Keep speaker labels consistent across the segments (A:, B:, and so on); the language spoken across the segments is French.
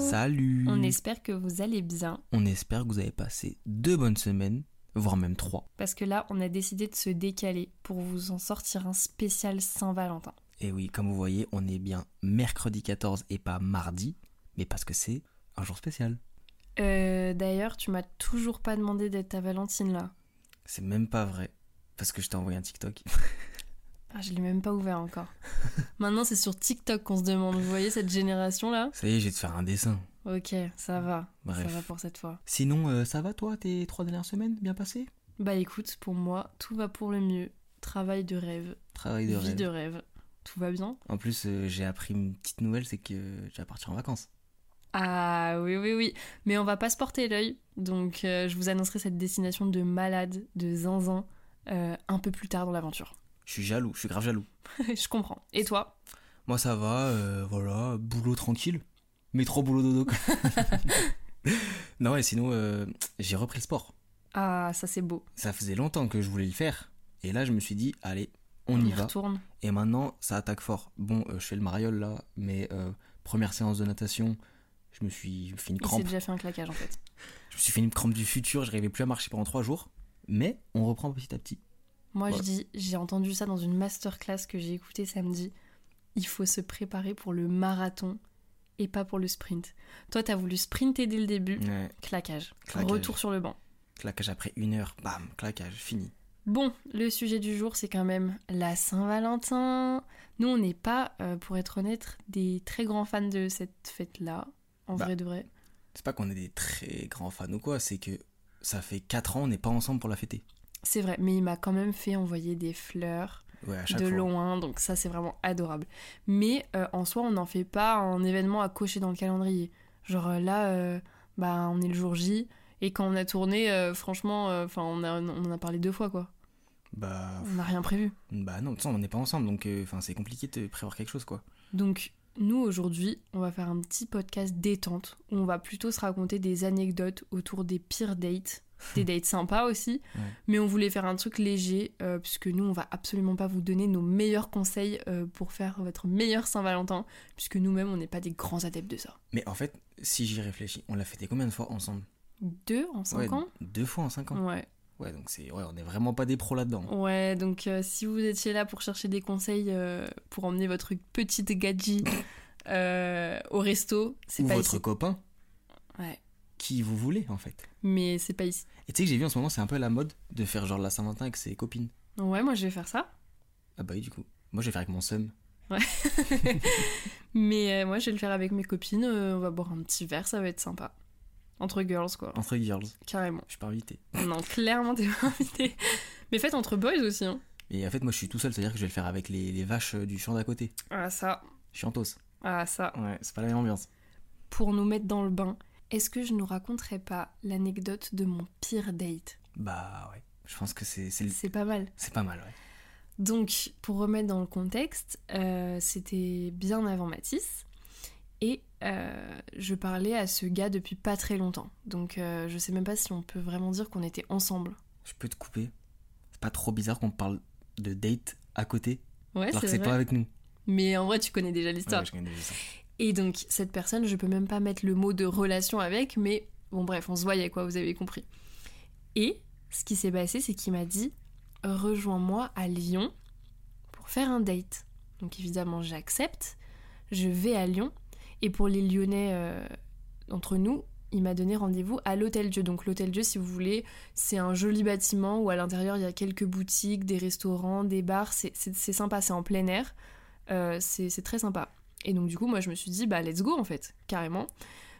A: Salut.
B: On espère que vous allez bien,
A: On espère que vous avez passé deux bonnes semaines, voire même trois.
B: parce que là, on a décidé de se décaler pour vous en sortir un spécial Saint-Valentin.
A: Et oui, comme vous voyez, on est bien mercredi 14 et pas mardi, mais parce que c'est un jour spécial.
B: Euh, D'ailleurs, tu m'as toujours pas demandé d'être ta Valentine là.
A: C'est même pas vrai, parce que je t'ai envoyé un TikTok.
B: Ah, je l'ai même pas ouvert encore. Maintenant, c'est sur TikTok qu'on se demande. Vous voyez cette génération là
A: Ça y est, j'ai de faire un dessin.
B: Ok, ça va.
A: Bref.
B: Ça va pour cette fois.
A: Sinon, euh, ça va toi, tes trois dernières semaines bien passées
B: Bah écoute, pour moi, tout va pour le mieux. Travail de rêve,
A: Travail de
B: vie
A: rêve.
B: de rêve. Tout va bien
A: En plus, euh, j'ai appris une petite nouvelle, c'est que tu vas partir en vacances.
B: Ah oui, oui, oui. Mais on va pas se porter l'œil. Donc euh, je vous annoncerai cette destination de malade, de zinzin, euh, un peu plus tard dans l'aventure.
A: Je suis jaloux, je suis grave jaloux.
B: je comprends. Et toi
A: Moi ça va, euh, voilà, boulot tranquille, mais trop boulot dodo. quoi. non et sinon euh, j'ai repris le sport.
B: Ah, ça c'est beau.
A: Ça faisait longtemps que je voulais le faire et là je me suis dit allez on y va.
B: retourne.
A: Et maintenant ça attaque fort. Bon euh, je fais le mariole là, mais euh, première séance de natation, je me suis fait une
B: Il s'est
A: crampe.
B: déjà fait un claquage en fait.
A: Je me suis fait une crampe du futur, je n'arrivais plus à marcher pendant trois jours. Mais on reprend petit à petit.
B: Moi je
A: Ouais.
B: dis, j'ai entendu ça dans une masterclass que j'ai écoutée samedi. Il faut se préparer pour le marathon et pas pour le sprint. Toi t'as voulu sprinter dès le début.
A: Ouais,
B: Claquage.
A: Claquage.
B: Mm. Retour sur le banc.
A: claquage après une heure, bam, claquage, fini.
B: Bon, le sujet du jour, c'est quand même la Saint-Valentin. Nous, on n'est pas, euh, pour être honnête, des très grands fans de cette fête-là, en
A: Bah.
B: vrai de vrai.
A: C'est pas qu'on est des très grands fans ou quoi, c'est que ça fait 4 ans, on n'est pas ensemble pour la fêter.
B: C'est vrai, mais il m'a quand même fait envoyer des fleurs
A: Ouais, à chaque
B: de
A: fois.
B: loin, donc ça, c'est vraiment adorable. Mais euh, en soi, on n'en fait pas un événement à cocher dans le calendrier. Genre euh, là, euh, bah, on est le jour J, et quand on a tourné, euh, franchement, euh, 'fin, on, a- on en a parlé deux fois, quoi.
A: Bah,
B: On n'a rien prévu.
A: bah non, de toute façon, on n'est pas ensemble, donc euh, 'fin, c'est compliqué de prévoir quelque chose, quoi.
B: Donc, nous aujourd'hui, on va faire un petit podcast détente où on va plutôt se raconter des anecdotes autour des pires dates, des dates sympas aussi,
A: Ouais.
B: mais on voulait faire un truc léger euh, puisque nous, on va absolument pas vous donner nos meilleurs conseils euh, pour faire votre meilleur Saint-Valentin puisque nous-mêmes, on n'est pas des grands adeptes de ça.
A: Mais en fait, si j'y réfléchis, on l'a fêté combien de fois ensemble
B: Deux en cinq
A: Ouais,
B: ans
A: Deux fois en 5 ans.
B: Ouais.
A: Ouais, donc c'est, ouais, on n'est vraiment pas des pros là-dedans.
B: Ouais, donc euh, si vous étiez là pour chercher des conseils euh, pour emmener votre petite gadji euh, au resto, c'est
A: Ou
B: pas
A: votre
B: ici.
A: copain,
B: Ouais.
A: qui vous voulez, en fait.
B: Mais c'est pas ici.
A: Et tu sais que j'ai vu en ce moment, c'est un peu la mode de faire genre la Saint-Valentin avec ses copines.
B: Ouais, moi je vais faire ça.
A: Ah bah oui, du coup. Moi, je vais faire avec mon seum.
B: Mais euh, moi je vais le faire avec mes copines. euh, on va boire un petit verre, ça va être sympa. Entre girls, quoi.
A: Entre girls.
B: Carrément.
A: Je suis pas invité.
B: Non, clairement, t'es pas invité. Mais faites entre boys aussi. Hein.
A: Et en fait, moi, je suis tout seul, c'est-à-dire que je vais le faire avec les, les vaches euh, du champ d'à côté.
B: Ah, ça.
A: Chiantos.
B: Ah, ça.
A: Ouais, c'est pas la même ambiance.
B: Pour nous mettre dans le bain, est-ce que je ne raconterai pas l'anecdote de mon pire date
A: Bah ouais, je pense que c'est c'est-
B: C'est pas mal.
A: c'est pas mal, ouais.
B: Donc, pour remettre dans le contexte, euh, c'était bien avant Matisse. Et euh, je parlais à ce gars depuis pas très longtemps. Donc, euh, je sais même pas si on peut vraiment dire qu'on était ensemble.
A: Je peux te couper. C'est pas trop bizarre qu'on parle de date à côté,
B: Ouais,
A: alors que
B: c'est
A: c'est
B: vrai.
A: pas avec nous.
B: Mais en vrai, tu connais déjà l'histoire.
A: Ouais, je connais déjà ça.
B: Et donc, cette personne, je peux même pas mettre le mot de relation avec, mais bon, bref, on se voyait quoi, vous avez compris. Et ce qui s'est passé, c'est qu'il m'a dit Rejoins-moi à Lyon pour faire un date. Donc, évidemment, j'accepte. Je vais à Lyon. Et pour les Lyonnais euh, entre nous, il m'a donné rendez-vous à l'Hôtel Dieu. Donc, l'Hôtel Dieu, si vous voulez, c'est un joli bâtiment où à l'intérieur, il y a quelques boutiques, des restaurants, des bars. C'est- C'est c'est sympa, c'est en plein air. Euh, c'est c'est très sympa. Et donc du coup, moi je me suis dit, bah let's go en fait, carrément.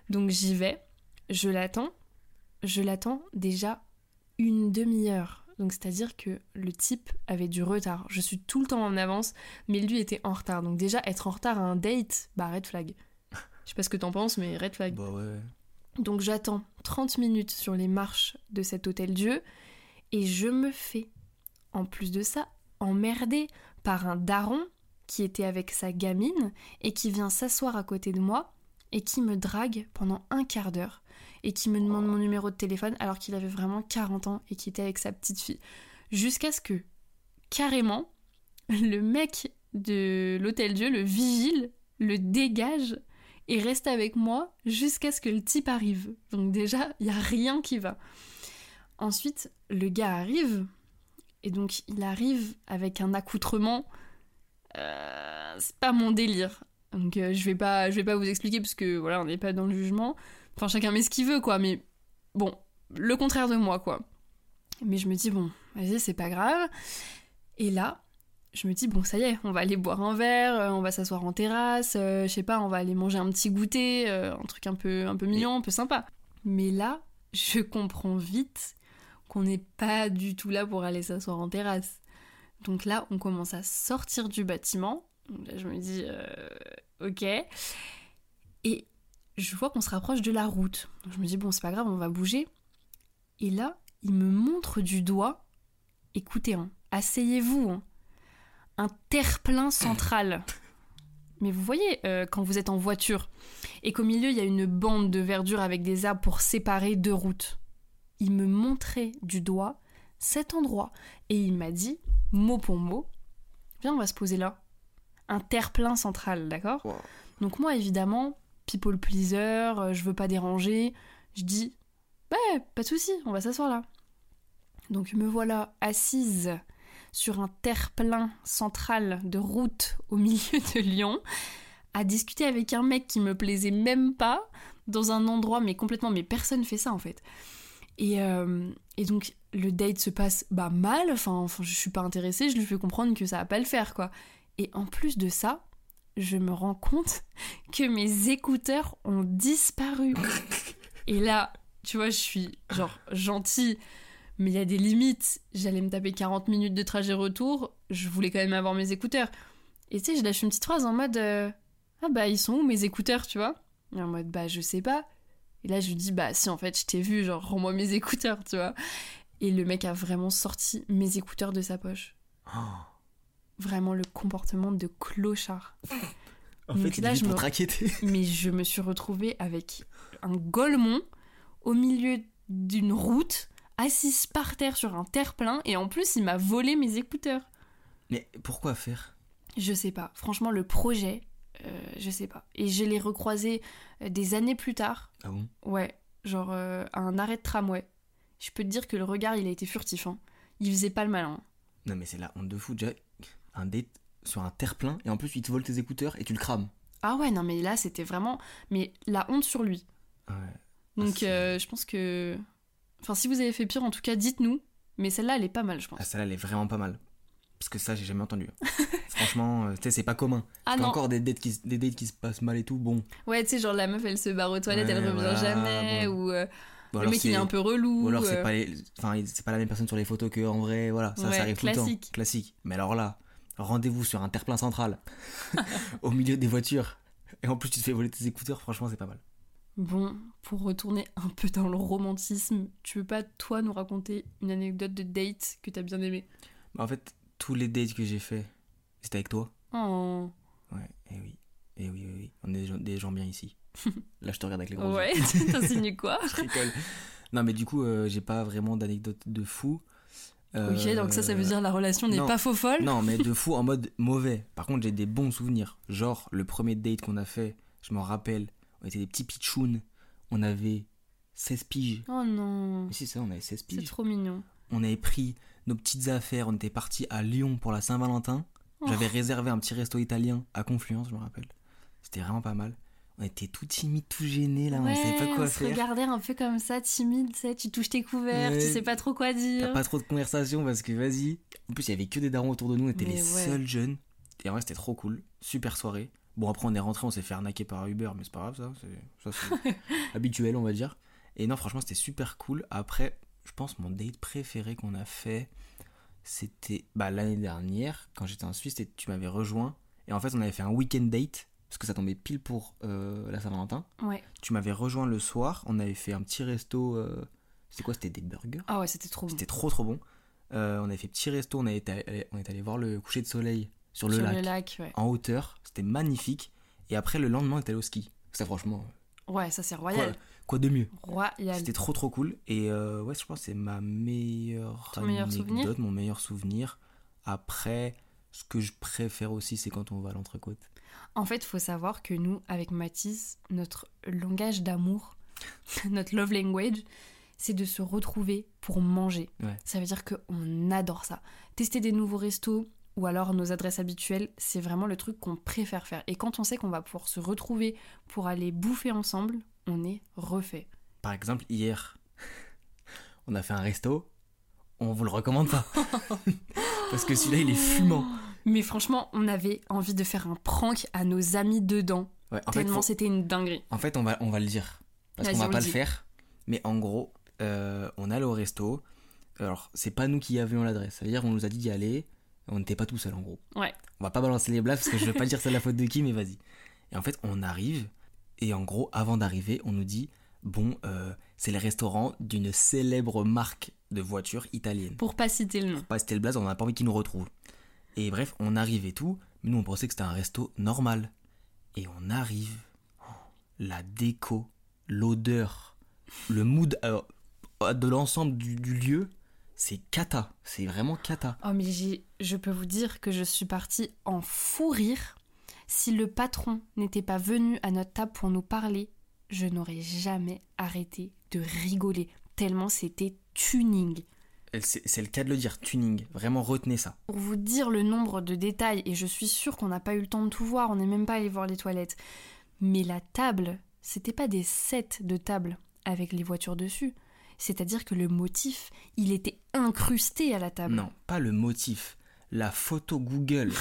B: Donc j'y vais, je l'attends, je l'attends déjà une demi-heure. Donc c'est-à-dire que le type avait du retard. Je suis tout le temps en avance, mais lui était en retard. Donc déjà, être en retard à un date, bah red flag. Je sais pas ce que t'en penses, mais red flag.
A: Bah ouais.
B: Donc j'attends 30 minutes sur les marches de cet hôtel Dieu et je me fais, en plus de ça, emmerder par un daron qui était avec sa gamine et qui vient s'asseoir à côté de moi et qui me drague pendant un quart d'heure et qui me demande mon numéro de téléphone alors qu'il avait vraiment 40 ans et qui était avec sa petite fille. Jusqu'à ce que, carrément, le mec de l'hôtel Dieu, le vigile, le dégage et reste avec moi jusqu'à ce que le type arrive. Donc déjà, il y a rien qui va. Ensuite, le gars arrive et donc il arrive avec un accoutrement. Euh, c'est pas mon délire. Donc euh, je vais pas, je vais pas vous expliquer parce que voilà, on n'est pas dans le jugement. Enfin, chacun met ce qu'il veut, quoi. Mais bon, le contraire de moi, quoi. Mais je me dis bon, vas-y, c'est pas grave. Et là, je me dis bon ça y est, on va aller boire un verre, euh, on va s'asseoir en terrasse, euh, je sais pas, on va aller manger un petit goûter, euh, un truc un peu un peu mignon, un peu sympa. Mais là, je comprends vite qu'on n'est pas du tout là pour aller s'asseoir en terrasse. Donc là, on commence à sortir du bâtiment. Donc là, je me dis euh, OK. Et je vois qu'on se rapproche de la route. Donc je me dis bon, c'est pas grave, on va bouger. Et là, il me montre du doigt écoutez hein, asseyez-vous. hein un terre-plein central. Mais vous voyez, euh, quand vous êtes en voiture et qu'au milieu il y a une bande de verdure avec des arbres pour séparer deux routes, il me montrait du doigt cet endroit et il m'a dit, mot pour mot, viens, on va se poser là. Un terre-plein central, d'accord
A: Wow.
B: Donc, moi évidemment, people pleaser, euh, je veux pas déranger, je dis, ouais, pas de souci, on va s'asseoir là. Donc, me voilà assise sur un terre-plein central de route au milieu de Lyon, à discuter avec un mec qui me plaisait même pas, dans un endroit, mais complètement, mais personne fait ça en fait. Et, euh, et donc le date se passe bah, mal, enfin, enfin je suis pas intéressée, je lui fais comprendre que ça va pas le faire quoi. Et en plus de ça, je me rends compte que mes écouteurs ont disparu. Et là, tu vois, je suis genre gentille, mais il y a des limites. J'allais me taper 40 minutes de trajet retour, je voulais quand même avoir mes écouteurs. Et tu sais, je lâche une petite phrase en mode euh, Ah bah, ils sont où mes écouteurs, tu vois Et en mode Bah, je sais pas. Et là, je lui dis Bah, si, en fait, je t'ai vu, genre, rends-moi mes écouteurs, tu vois. Et le mec a vraiment sorti mes écouteurs de sa poche.
A: Oh.
B: Vraiment le comportement de clochard.
A: En
B: Donc
A: fait, il
B: là,
A: est
B: je
A: pour
B: me-
A: te raqueter.
B: Mais je me suis retrouvée avec un golemon au milieu d'une route, assise par terre sur un terre-plein, et en plus, il m'a volé mes écouteurs.
A: Mais pourquoi faire
B: Je sais pas. Franchement, le projet, euh, je sais pas. Et je l'ai recroisé euh, des années plus tard.
A: Ah bon
B: Ouais, genre euh, à un arrêt de tramway. Je peux te dire que le regard, il a été furtif. hein. Il faisait pas le malin. hein.
A: Non, mais c'est la honte de fou, déjà. Un date sur un terre-plein, et en plus, il te vole tes écouteurs et tu le crames.
B: Ah ouais, non, mais là, c'était vraiment. Mais la honte sur lui.
A: Ouais. Ah,
B: Donc,
A: c'est-
B: euh, je pense que. Enfin, si vous avez fait pire, en tout cas, dites-nous. Mais celle-là, elle est pas mal, je pense.
A: Ah, celle-là, elle est vraiment pas mal. Parce que ça, j'ai jamais entendu. Franchement, euh, tu sais, c'est pas commun.
B: Ah
A: Parce
B: non,
A: Encore des dates, qui, se- des dates qui se passent mal et tout, bon.
B: ouais, tu sais, genre la meuf elle se barre aux toilettes, elle
A: Ouais,
B: revient
A: voilà,
B: jamais,
A: bon.
B: ou euh,
A: Ou
B: le
A: alors,
B: mec il est
A: c'est-
B: un peu relou.
A: Ou alors,
B: euh,
A: c'est pas, les- enfin, il- c'est pas la même personne sur les photos qu'en vrai, voilà, ça,
B: Ouais,
A: ça arrive tout le
B: classique.
A: temps. Classique. Mais alors là, rendez-vous sur un terre-plein central, au milieu des voitures. Et en plus, tu te fais voler tes écouteurs, franchement, c'est pas mal.
B: Bon, pour retourner un peu dans le romantisme, tu veux pas toi nous raconter une anecdote de date que t'as bien aimé
A: Mais Bah, en fait, tous les dates que j'ai fait, c'était avec toi.
B: Oh,
A: Ouais, et oui. Et oui, oui, oui. On est des gens, des gens bien ici. Là, je te regarde avec les gros yeux.
B: ouais, t'insinues quoi
A: Je rigole. Non, mais du coup, euh, j'ai pas vraiment d'anecdote de fou.
B: Ok, donc ça, ça veut
A: Euh,
B: dire la relation n'est
A: non.
B: pas faux folle
A: Non, mais de fou en mode mauvais. Par contre, j'ai des bons souvenirs. Genre, le premier date qu'on a fait, je m'en rappelle, on était des petits pitchouns. On avait 16 piges.
B: Oh non,
A: Mais si, ça, on avait 16
B: c'est
A: piges.
B: trop mignon.
A: On avait pris nos petites affaires, on était partis à Lyon pour la Saint-Valentin.
B: Oh.
A: J'avais réservé un petit resto italien à Confluence, je me rappelle. C'était vraiment pas mal. On était tout timide, tout gêné là, on savait pas quoi
B: on se
A: faire.
B: regardait un peu comme ça, timide, tu sais, tu touches tes couverts,
A: Ouais.
B: tu sais pas trop quoi
A: T'as
B: dire.
A: pas trop de conversation parce que vas-y. En plus, il y avait que des darons autour de nous, on était
B: Mais
A: les
B: ouais.
A: seuls jeunes. Et en vrai, c'était trop cool. Super soirée. Bon, après, on est rentré, on s'est fait arnaquer par Uber, mais c'est pas grave, ça. c'est- Ça, c'est habituel, on va dire. Et non, franchement, c'était super cool. Après, je pense mon date préféré qu'on a fait, c'était bah, l'année dernière, quand j'étais en Suisse, et tu m'avais rejoint. Et en fait, on avait fait un week-end date, parce que ça tombait pile pour euh, la Saint-Valentin.
B: Ouais.
A: Tu m'avais rejoint le soir, on avait fait un petit resto. euh, C'était quoi C'était des burgers
B: Ah ouais, c'était trop bon.
A: c'était trop trop bon. Euh, on avait fait petit resto, on est allé, on est allé voir le coucher de soleil sur le,
B: Sur
A: lac,
B: le lac, ouais.
A: en hauteur, c'était magnifique. Et après le lendemain, on est allé au ski. Ça franchement, euh,
B: Ouais, ça c'est
A: quoi,
B: royal.
A: quoi de mieux
B: Royal.
A: C'était trop trop cool. Et euh, ouais, je pense que c'est ma meilleure
B: Ton meilleur
A: anecdote,
B: souvenir
A: mon meilleur souvenir. Après, Ce que je préfère aussi, c'est quand on va à l'entrecôte.
B: En fait, faut savoir que nous, avec Mathis, notre langage d'amour, notre love language, c'est de se retrouver pour manger.
A: Ouais.
B: Ça veut dire qu'on adore ça. Tester des nouveaux restos ou alors nos adresses habituelles, c'est vraiment le truc qu'on préfère faire. Et quand on sait qu'on va pouvoir se retrouver pour aller bouffer ensemble, on est refait.
A: Par exemple, hier, on a fait un resto, on vous le recommande pas. Parce que celui-là, il est fumant.
B: Mais franchement, on avait envie de faire un prank à nos amis dedans.
A: Ouais, en, fait,
B: tellement
A: faut-
B: c'était une dinguerie.
A: en fait, on va, on va le dire. Parce
B: Vas-y,
A: qu'on va
B: on
A: pas
B: le
A: le
B: dit.
A: faire. Mais en gros, euh, on allait au resto. Alors, c'est pas nous qui avions l'adresse. Ça veut dire qu'on nous a dit d'y aller. On n'était pas tout seul, en gros.
B: Ouais.
A: On va pas balancer les blagues parce que je veux pas dire c'est la faute de qui, mais vas-y. Et en fait, on arrive. Et en gros, avant d'arriver, on nous dit Bon, euh, c'est le restaurant d'une célèbre marque de voitures italienne.
B: Pour pas citer le nom.
A: pas Bah, c'était le blaze, on n'a pas envie qu'ils nous retrouvent. Et bref, on arrive et tout, mais nous on pensait que c'était un resto normal. Et on arrive, Oh, la déco, l'odeur, le mood alors, euh, de l'ensemble du, du lieu, c'est cata, c'est vraiment cata.
B: Oh mais j'ai- je peux vous dire que je suis partie en fou rire. Si le patron n'était pas venu à notre table pour nous parler, je n'aurais jamais arrêté de rigoler, tellement c'était tuning.
A: Elle, C'est c'est le cas de le dire, tuning, vraiment retenez ça.
B: Pour vous dire le nombre de détails, et je suis sûre qu'on n'a pas eu le temps de tout voir, on n'est même pas allé voir les toilettes. Mais la table, c'était pas des sets de table avec les voitures dessus. C'est-à-dire que le motif, il était incrusté à la table.
A: Non, pas le motif, la photo Google,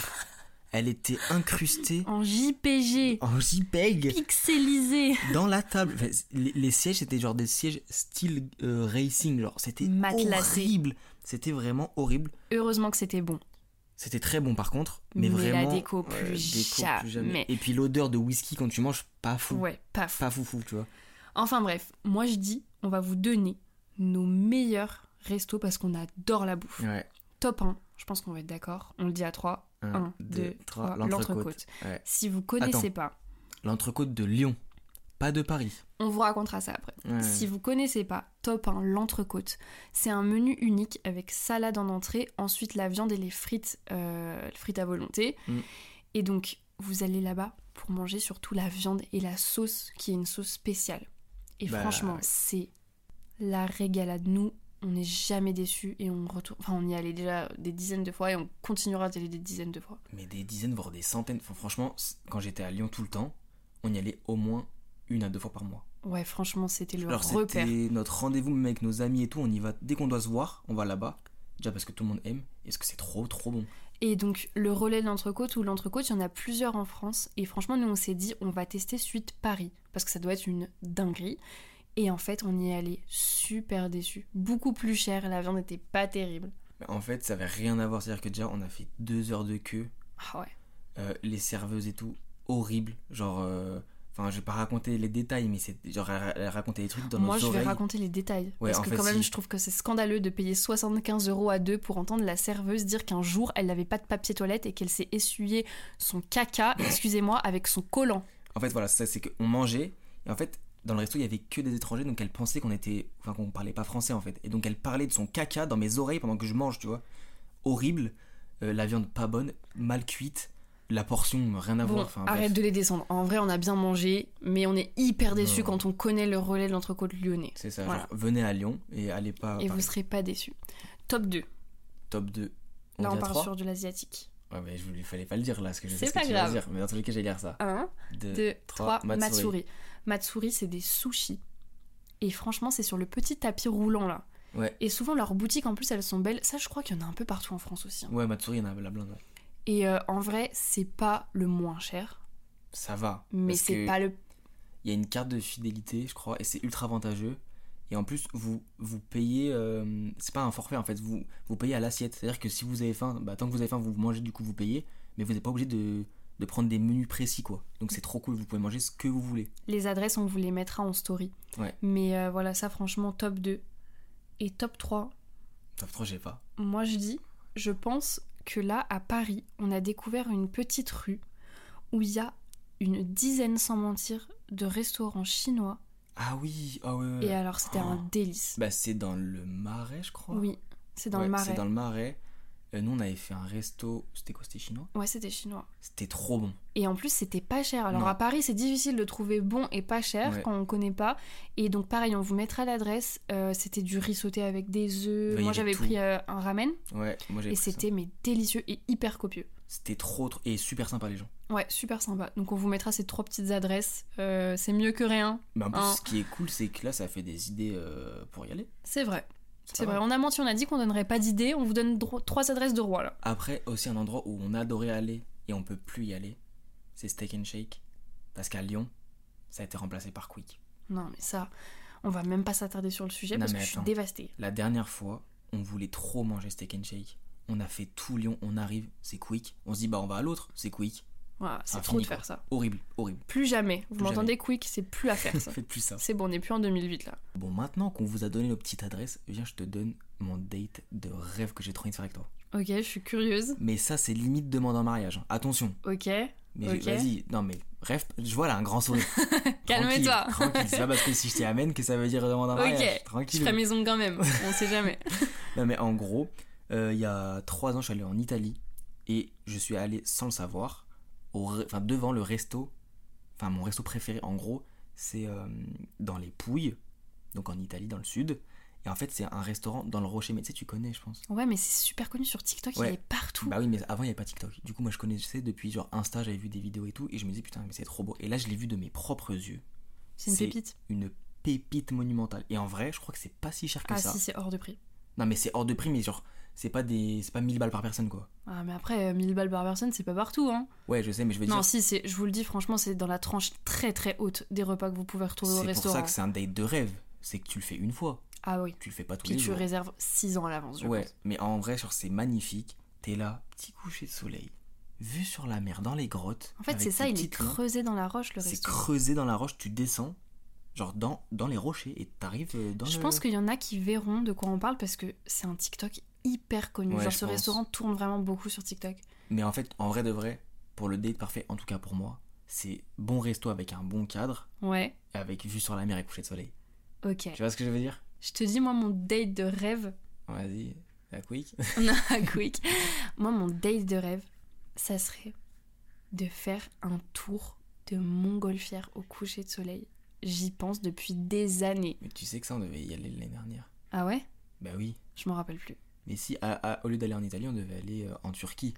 A: elle était incrustée
B: En JPG,
A: en JPEG.
B: pixelisé.
A: dans la table. Enfin, c- les, les sièges, c'était genre des sièges style euh, racing. Genre, c'était
B: Matelassé.
A: horrible. C'était vraiment horrible.
B: Heureusement que c'était bon.
A: C'était très bon par contre,
B: Mais
A: mais,
B: la
A: vraiment.
B: déco, plus jamais.
A: Et puis l'odeur de whisky quand tu manges, pas fou.
B: Ouais, paf.
A: Pas fou fou, tu vois.
B: Enfin bref, moi je dis, on va vous donner nos meilleurs restos parce qu'on adore la bouffe.
A: Ouais.
B: Top 1, je pense qu'on va être d'accord. On le dit à 3.
A: Un,
B: 1,
A: deux,
B: 2,
A: trois,
B: 3,
A: l'entrecôte.
B: l'entrecôte.
A: Ouais.
B: Si vous connaissez pas,
A: L'entrecôte de Lyon, pas de Paris.
B: on vous racontera ça après.
A: Ouais.
B: Si vous connaissez pas, top 1, l'entrecôte. C'est un menu unique avec salade en entrée, ensuite la viande et les frites, euh, les frites à volonté.
A: Mm.
B: Et donc, vous allez là-bas pour manger surtout la viande et la sauce, qui est une sauce spéciale. Et
A: Bah,
B: franchement,
A: ouais.
B: c'est la régalade. Nous, on n'est jamais déçus et on retourne. Enfin, on y allait déjà des dizaines de fois et on continuera d'y aller des dizaines de fois.
A: Mais des dizaines, voire des centaines. Enfin, franchement, c- quand j'étais à Lyon tout le temps, on y allait au moins une à deux fois par mois.
B: Ouais, franchement, c'était le
A: Alors
B: repère.
A: c'était notre rendez-vous même avec nos amis et tout, on y va dès qu'on doit se voir, on va là-bas. Déjà parce que tout le monde aime, et parce que c'est trop trop bon.
B: Et donc le relais de l'entrecôte ou l'entrecôte, il y en a plusieurs en France. Et franchement, nous on s'est dit, on va tester suite Paris, parce que ça doit être une dinguerie. Et en fait, on y est allé super déçus. Beaucoup plus cher, la viande n'était pas terrible.
A: Mais En fait, ça avait rien à voir, c'est-à-dire que déjà on a fait deux heures de queue,
B: Ah ouais.
A: euh, les serveuses et tout, horrible. Genre, euh, enfin, je vais pas raconter les détails, mais c'est genre elle elle racontait des trucs dans
B: Moi,
A: nos
B: je
A: oreilles.
B: vais raconter les détails.
A: Ouais, en
B: parce que
A: fait,
B: quand même,
A: si.
B: je trouve que c'est scandaleux de payer 75 euros à deux pour entendre la serveuse dire qu'un jour, elle n'avait pas de papier toilette et qu'elle s'est essuyé son caca, excusez-moi, avec son collant.
A: En fait, voilà, ça c'est qu'on mangeait, et en fait, dans le resto, il y avait que des étrangers, donc elle pensait qu'on était, enfin, qu'on parlait pas français en fait, et donc elle parlait de son caca dans mes oreilles pendant que je mange, tu vois. Horrible, Euh, la viande pas bonne, mal cuite, la portion rien à
B: Bon,
A: voir. Enfin, bref.
B: arrête de les descendre. En vrai, on a bien mangé, mais on est hyper déçus
A: Non.
B: quand on connaît le relais de l'entrecôte lyonnais.
A: C'est ça,
B: Voilà.
A: genre, venez à Lyon et allez pas. à
B: Et vous
A: Paris.
B: serez pas déçus. Top 2.
A: Top 2.
B: Là, on
A: dit à
B: part
A: trois
B: sur de l'asiatique.
A: Ouais, mais je voulais, fallait pas le dire là, parce que je sais
B: C'est
A: ce que
B: pas
A: tu vas
B: grave. Ah,
A: dire. Mais dans tous les cas, j'allais dire ça.
B: 1,
A: 2,
B: 2,
A: trois,
B: 3,
A: Matsuri.
B: Matsuri. Matsuri, c'est des sushis. Et franchement, c'est sur le petit tapis roulant là.
A: Ouais.
B: Et souvent, leurs boutiques en plus, elles sont belles. Ça, je crois qu'il y en a un peu partout en France aussi. hein.
A: Ouais, Matsuri, il y en a la blinde. ouais.
B: Et euh, en vrai, c'est pas le moins cher,
A: Ça va.
B: mais
A: parce
B: c'est
A: que
B: pas le.
A: Il y a une carte de fidélité, je crois, et c'est ultra avantageux. Et en plus, vous, vous payez. euh, c'est pas un forfait en fait, vous, vous payez à l'assiette. C'est-à-dire que si vous avez faim, bah, tant que vous avez faim, vous mangez, du coup, vous payez. Mais vous n'êtes pas obligé de, de prendre des menus précis quoi. Donc c'est trop cool, vous pouvez manger ce que vous voulez.
B: Les adresses, on vous les mettra en story.
A: Ouais.
B: Mais euh, voilà, ça, franchement, top 2. Et top 3,
A: Top 3, j'ai pas.
B: Moi, je dis, je pense que là, à Paris, on a découvert une petite rue où il y a une dizaine, sans mentir, de restaurants chinois.
A: Ah oui, ah ouais, ouais, ouais.
B: Et euh, alors, c'était un
A: Oh.
B: délice.
A: Bah, c'est dans le marais, je crois.
B: Oui, c'est dans
A: Ouais,
B: le
A: C'est
B: marais.
A: dans le marais. Euh, nous, on avait fait un resto. C'était quoi C'était chinois
B: Ouais, c'était chinois.
A: C'était trop bon.
B: Et en plus, c'était pas cher. Alors
A: Non.
B: à Paris, c'est difficile de trouver bon et pas cher
A: Ouais.
B: quand on connaît pas. Et donc, pareil, on vous mettra l'adresse. Euh, c'était du riz sauté avec des œufs.
A: Ouais, Bah, il y
B: Moi,
A: avait
B: j'avais
A: tout.
B: pris euh, un ramen
A: Ouais, moi
B: et
A: j'avais pris ça.
B: c'était mais délicieux et hyper copieux.
A: C'était trop, trop. Et super sympa, les gens.
B: Ouais, super sympa. Donc, on vous mettra ces trois petites adresses. Euh, c'est mieux que rien.
A: Mais en plus,
B: Hein.
A: ce qui est cool, c'est que là, ça fait des idées euh, pour y aller.
B: C'est vrai. C'est
A: pas
B: vrai.
A: mal.
B: On a menti, on a dit qu'on donnerait pas d'idées. On vous donne dro- trois adresses de roi là.
A: Après, aussi un endroit où on adorait aller et on peut plus y aller, c'est Steak and Shake. Parce qu'à Lyon, ça a été remplacé par Quick.
B: Non, mais ça, on va même pas s'attarder sur le sujet
A: Non,
B: parce que
A: mais
B: je suis
A: attends.
B: dévastée.
A: La dernière fois, on voulait trop manger Steak and Shake. On a fait tout Lyon, on arrive, c'est Quick. On se dit, bah on va à l'autre, c'est Quick.
B: Voilà, c'est
A: Ah,
B: trop de
A: fini, quoi.
B: faire ça.
A: Horrible, horrible.
B: Plus jamais. Vous
A: Plus
B: m'entendez, Quick, c'est plus à faire ça.
A: Faites plus ça.
B: c'est bon, on n'est plus en 2008 là.
A: Bon, maintenant qu'on vous a donné nos petites adresses, viens, je te donne mon date de rêve que j'ai trop envie de faire avec toi.
B: Ok, je suis curieuse.
A: Mais ça, c'est limite demande en mariage. hein. Attention.
B: Ok.
A: Mais
B: Ok.
A: vas-y, non mais bref, je vois là un grand sourire.
B: Calme-toi.
A: Tranquille, tranquille. c'est pas parce que si je t'y amène que ça veut dire demande un
B: Ok,
A: mariage.
B: Je
A: Tranquille.
B: ferai mes ongles quand même. On sait jamais.
A: Non mais en gros, euh, il y a trois ans, je suis allé en Italie et je suis allé sans le savoir, au re- enfin, devant le resto, enfin mon resto préféré en gros, c'est euh, dans les Pouilles, donc en Italie, dans le sud. Et en fait, c'est un restaurant dans le Rocher, mais tu sais, tu connais, je pense.
B: Ouais, mais c'est super connu sur TikTok. Il
A: Ouais.
B: est partout.
A: Bah oui, mais avant, il n'y avait pas TikTok. Du coup, moi, je connaissais depuis genre Insta, j'avais vu des vidéos et tout, et je me disais, putain, mais c'est trop beau. Et là, je l'ai vu de mes propres yeux.
B: c'est une
A: c'est-
B: pépite.
A: Une pépite monumentale. Et en vrai, je crois que c'est pas si cher que
B: Ah
A: ça.
B: si, c'est hors de prix.
A: Non, mais c'est hors de prix, mais genre, c'est pas des, c'est pas 1000 balles par personne, quoi.
B: Ah, mais après, euh, 1000 balles par personne, c'est pas partout, hein.
A: Ouais, je sais, mais je veux
B: Non,
A: dire,
B: si, c'est, je vous le dis, franchement, c'est dans la tranche très très haute des repas que vous pouvez retrouver au
A: c'est pour
B: restaurant.
A: ça que c'est un date de rêve. C'est que tu le fais une fois,
B: Ah oui.
A: tu le fais pas tous
B: Puis
A: les
B: tu
A: jours.
B: réserves 6 ans à l'avance, je
A: Ouais,
B: pense.
A: mais en vrai, genre, c'est magnifique. T'es là, petit coucher de soleil, vue sur la mer, dans les grottes.
B: En fait,
A: avec
B: c'est ça,
A: tes
B: il est
A: petites mains.
B: creusé dans la roche, le
A: C'est
B: resto.
A: creusé dans la roche, tu descends, genre dans, dans les rochers, et t'arrives euh, dans
B: Je
A: le-
B: pense qu'il y en a qui verront de quoi on parle parce que c'est un TikTok hyper connu.
A: Ouais,
B: Genre,
A: je
B: ce
A: pense.
B: restaurant tourne vraiment beaucoup sur TikTok.
A: Mais en fait, en vrai de vrai, pour le date parfait, en tout cas pour moi, c'est bon resto avec un bon cadre,
B: Ouais.
A: avec vue sur la mer et coucher de soleil.
B: Ok.
A: Tu vois ce que je veux dire
B: Je te dis, moi, mon date de rêve.
A: Vas-y, la quick.
B: non, quick. Moi, mon date de rêve, ça serait de faire un tour de montgolfière au coucher de soleil. J'y pense depuis des années.
A: Mais tu sais que ça, on devait y aller l'année dernière.
B: Ah ouais
A: Bah oui.
B: Je m'en rappelle plus.
A: Mais si, à- à- au lieu d'aller en Italie, on devait aller euh, en Turquie.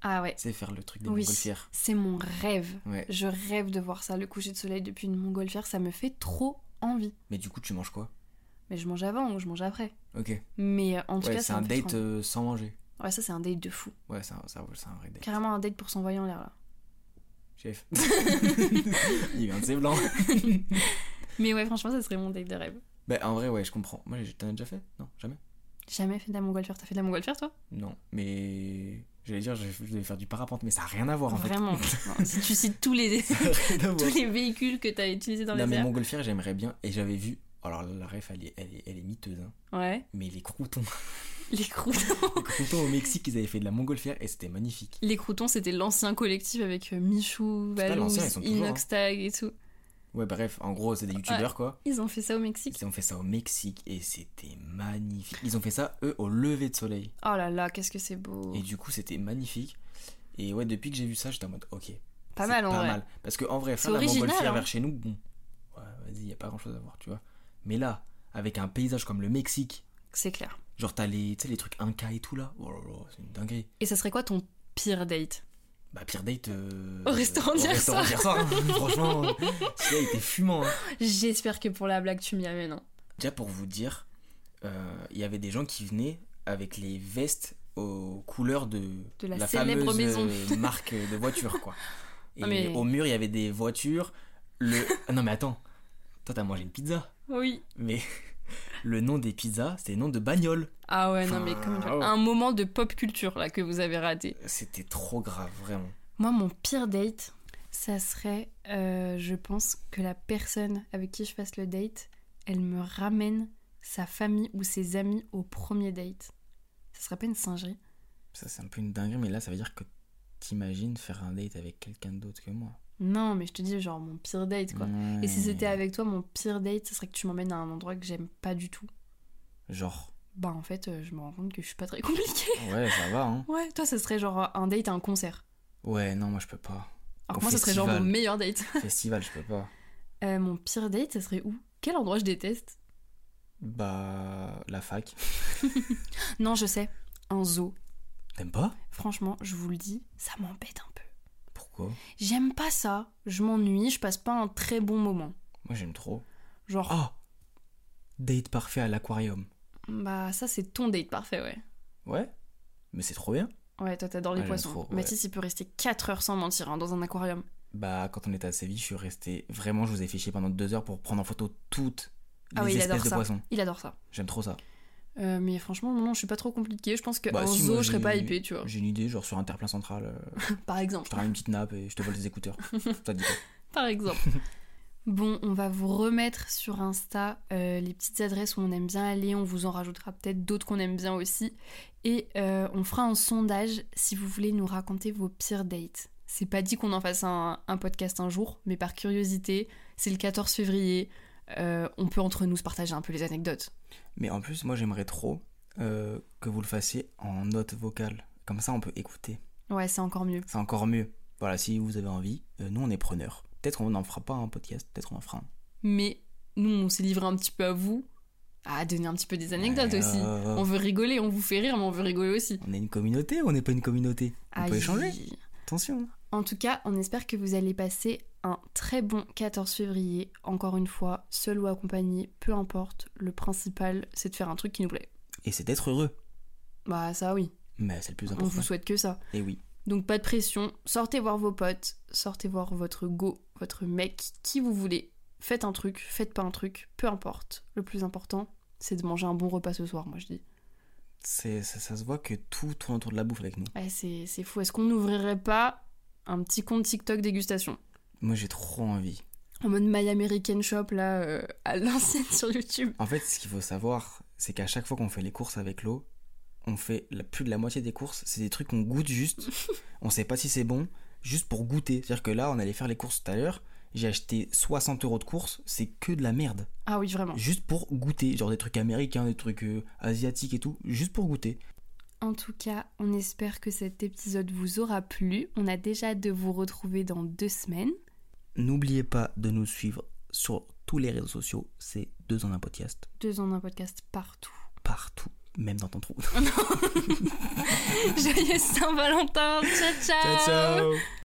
B: Ah ouais.
A: Tu sais, faire le truc des
B: Oui.
A: montgolfières.
B: C'est mon rêve.
A: Ouais.
B: Je rêve de voir ça, le coucher de soleil depuis une montgolfière, ça me fait trop envie.
A: Mais du coup, tu manges quoi
B: Mais je mange avant ou je mange après.
A: Ok.
B: Mais euh, en tout
A: ouais,
B: cas,
A: c'est
B: ça me
A: un
B: fait trop
A: date
B: envie.
A: euh, sans manger.
B: Ouais, ça c'est un date de fou.
A: Ouais, c'est un, ça- c'est un vrai date.
B: Carrément un date pour s'envoyer en l'air là.
A: Chef. Il vient de ses blancs.
B: Mais ouais, franchement, ça serait mon date de rêve.
A: Bah en vrai, ouais, je comprends. Moi, j'ai- t'en as déjà fait Non, jamais.
B: Jamais fait de la montgolfière. T'as fait de la montgolfière toi
A: Non, mais j'allais dire, je je vais faire du parapente, mais ça n'a rien à voir Oh, en
B: Vraiment. Non, si tu cites tous les,
A: fait. Ça a rien à
B: tous
A: voir.
B: les véhicules que t'as utilisés dans
A: Non,
B: les
A: mais
B: airs.
A: montgolfière, j'aimerais bien. Et j'avais vu. oh, Alors, la ref, elle est, elle est, elle est miteuse. hein.
B: Ouais,
A: Mais les croutons.
B: les croutons.
A: Les croutons au Mexique, ils avaient fait de la montgolfière et c'était magnifique.
B: les croutons, c'était l'ancien collectif avec euh, Michou,
A: pas
B: Valouz,
A: l'ancien, ils sont toujours, hein.
B: Inoxtag et tout.
A: Ouais, bref, en gros, c'est des youtubeurs quoi.
B: Ils ont fait ça au Mexique.
A: Ils ont fait ça au Mexique et c'était magnifique. Ils ont fait ça, eux, au lever de soleil.
B: Oh là là, qu'est-ce que c'est beau.
A: Et du coup, c'était magnifique. Et ouais, depuis que j'ai vu ça, j'étais en mode, ok.
B: Pas
A: c'est
B: mal en
A: Pas
B: vrai.
A: mal. Parce que en vrai,
B: C'est
A: faire la
B: original,
A: montgolfière
B: hein.
A: vers chez nous, bon, ouais, vas-y, y a pas grand chose à voir, tu vois. Mais là, avec un paysage comme le Mexique,
B: C'est clair.
A: genre t'as les, tu sais, les trucs Inca et tout là, oh là là, c'est une dinguerie.
B: Et ça serait quoi ton pire date
A: Bah, pire date. euh,
B: Au restaurant d'hier
A: restaurant d'hier soir, hein. Franchement, celui-là il était fumant. hein.
B: J'espère que pour la blague, tu m'y amènes. hein.
A: Déjà pour vous dire, euh, il y avait des gens qui venaient avec les vestes aux couleurs de,
B: De la célèbre
A: fameuse
B: maison.
A: euh, marque de voiture quoi. Et
B: Non, mais-
A: au mur il y avait des voitures. Le Ah non mais attends, toi t'as mangé une pizza,
B: Oui.
A: mais le nom des pizzas c'était le nom de bagnole.
B: Ah ouais, non, mais comme
A: Ah ouais.
B: un moment de pop culture là que vous avez raté.
A: C'était trop grave vraiment.
B: Moi, mon pire date, ça serait, euh, je pense, que la personne avec qui je fasse le date, elle me ramène sa famille ou ses amis au premier date. Ça serait pas une singerie.
A: Ça c'est un peu une dinguerie mais là ça veut dire que t'imagines faire un date avec quelqu'un d'autre que moi.
B: Non, mais je te dis, genre, mon pire date quoi.
A: Ouais.
B: Et si c'était avec toi, mon pire date, ça serait que tu m'emmènes à un endroit que j'aime pas du tout.
A: genre
B: bah en fait, euh, je me rends compte que je suis pas très compliquée.
A: Ouais, ça va, hein.
B: Ouais, toi, ça serait genre un date à un concert.
A: Ouais, non, moi je peux pas.
B: Alors
A: Au
B: que moi, ça serait genre mon
A: festival.
B: meilleur date.
A: Festival, je peux pas.
B: Euh, mon pire date, ça serait où Quel endroit je déteste
A: Bah, la fac.
B: Non, je sais, un zoo.
A: T'aimes pas
B: Franchement, je vous le dis, ça m'embête un peu.
A: Pourquoi
B: J'aime pas ça. Je m'ennuie, je passe pas un très bon moment.
A: Moi j'aime trop.
B: Genre,
A: Ah Date parfait à l'aquarium.
B: bah ça, c'est ton date parfait, ouais.
A: Ouais Mais c'est trop bien.
B: Ouais, toi, t'adores les
A: Ah, j'aime
B: poissons.
A: trop, ouais.
B: Mathis, il peut rester 4 heures sans mentir hein, dans un aquarium.
A: Bah, quand on était à Séville, je suis resté. Vraiment, je vous ai fait chier pendant deux heures pour prendre en photo toutes les
B: Ah oui, il adore
A: espèces de
B: ça.
A: poissons.
B: Il adore ça.
A: J'aime trop ça.
B: Euh, mais franchement, non, je suis pas trop compliquée. Je pense que
A: Bah,
B: en
A: si,
B: zoo,
A: moi,
B: je serais
A: j'ai-
B: pas hypée, tu vois.
A: J'ai une idée, genre sur un terre-plein central, euh,
B: Par exemple.
A: je te ramène une petite nappe et je te vole des écouteurs. ça te dit quoi
B: Par exemple. bon, on va vous remettre sur Insta euh, les petites adresses où on aime bien aller. On vous en rajoutera peut-être d'autres qu'on aime bien aussi. Et euh, on fera un sondage si vous voulez nous raconter vos pires dates. C'est pas dit qu'on en fasse un, un podcast un jour, mais par curiosité, c'est le 14 février. euh, on peut entre nous se partager un peu les anecdotes.
A: Mais en plus, moi j'aimerais trop euh, que vous le fassiez en note vocale. Comme ça, on peut écouter.
B: Ouais, c'est encore mieux.
A: C'est encore mieux. Voilà, si vous avez envie, euh, nous on est preneurs. Peut-être qu'on n'en fera pas un podcast, peut-être on en fera un.
B: Mais nous, on s'est livré un petit peu à vous, à donner un petit peu des anecdotes
A: Ouais,
B: aussi.
A: euh,
B: On veut rigoler, on vous fait rire, mais on veut rigoler aussi.
A: On est une communauté ou on n'est pas une communauté On peut
B: Aïe.
A: échanger, attention.
B: En tout cas, on espère que vous allez passer un très bon 14 février. Encore une fois, seul ou accompagné, peu importe. Le principal, c'est de faire un truc qui nous plaît.
A: Et c'est d'être heureux.
B: Bah ça oui,
A: Mais c'est le plus
B: on
A: important.
B: vous souhaite que ça.
A: Et oui.
B: Donc pas de pression, sortez voir vos potes, sortez voir votre go, votre mec, qui vous voulez. Faites un truc, faites pas un truc, peu importe. Le plus important, c'est de manger un bon repas ce soir, moi je dis.
A: C'est, ça, ça se voit que tout tourne autour de la bouffe avec nous.
B: Ouais, c'est c'est fou, est-ce qu'on n'ouvrirait pas un petit compte TikTok dégustation
A: Moi j'ai trop envie.
B: En mode My American Shop, là, euh, à l'ancienne sur YouTube.
A: En fait, ce qu'il faut savoir, c'est qu'à chaque fois qu'on fait les courses avec l'eau, on fait la- plus de la moitié des courses. C'est des trucs qu'on goûte juste. on sait pas si c'est bon, juste pour goûter. C'est-à-dire que là, on allait faire les courses tout à l'heure. J'ai acheté 60 euros de courses, c'est que de la merde.
B: Ah oui, vraiment.
A: Juste pour goûter. Genre des trucs américains, des trucs euh, asiatiques et tout. Juste pour goûter.
B: En tout cas, on espère que cet épisode vous aura plu. On a déjà hâte de vous retrouver dans deux semaines.
A: N'oubliez pas de nous suivre sur tous les réseaux sociaux. C'est deux en un podcast
B: Deux en un podcast partout.
A: partout, même dans ton trou.
B: Joyeux Saint-Valentin Ciao, ciao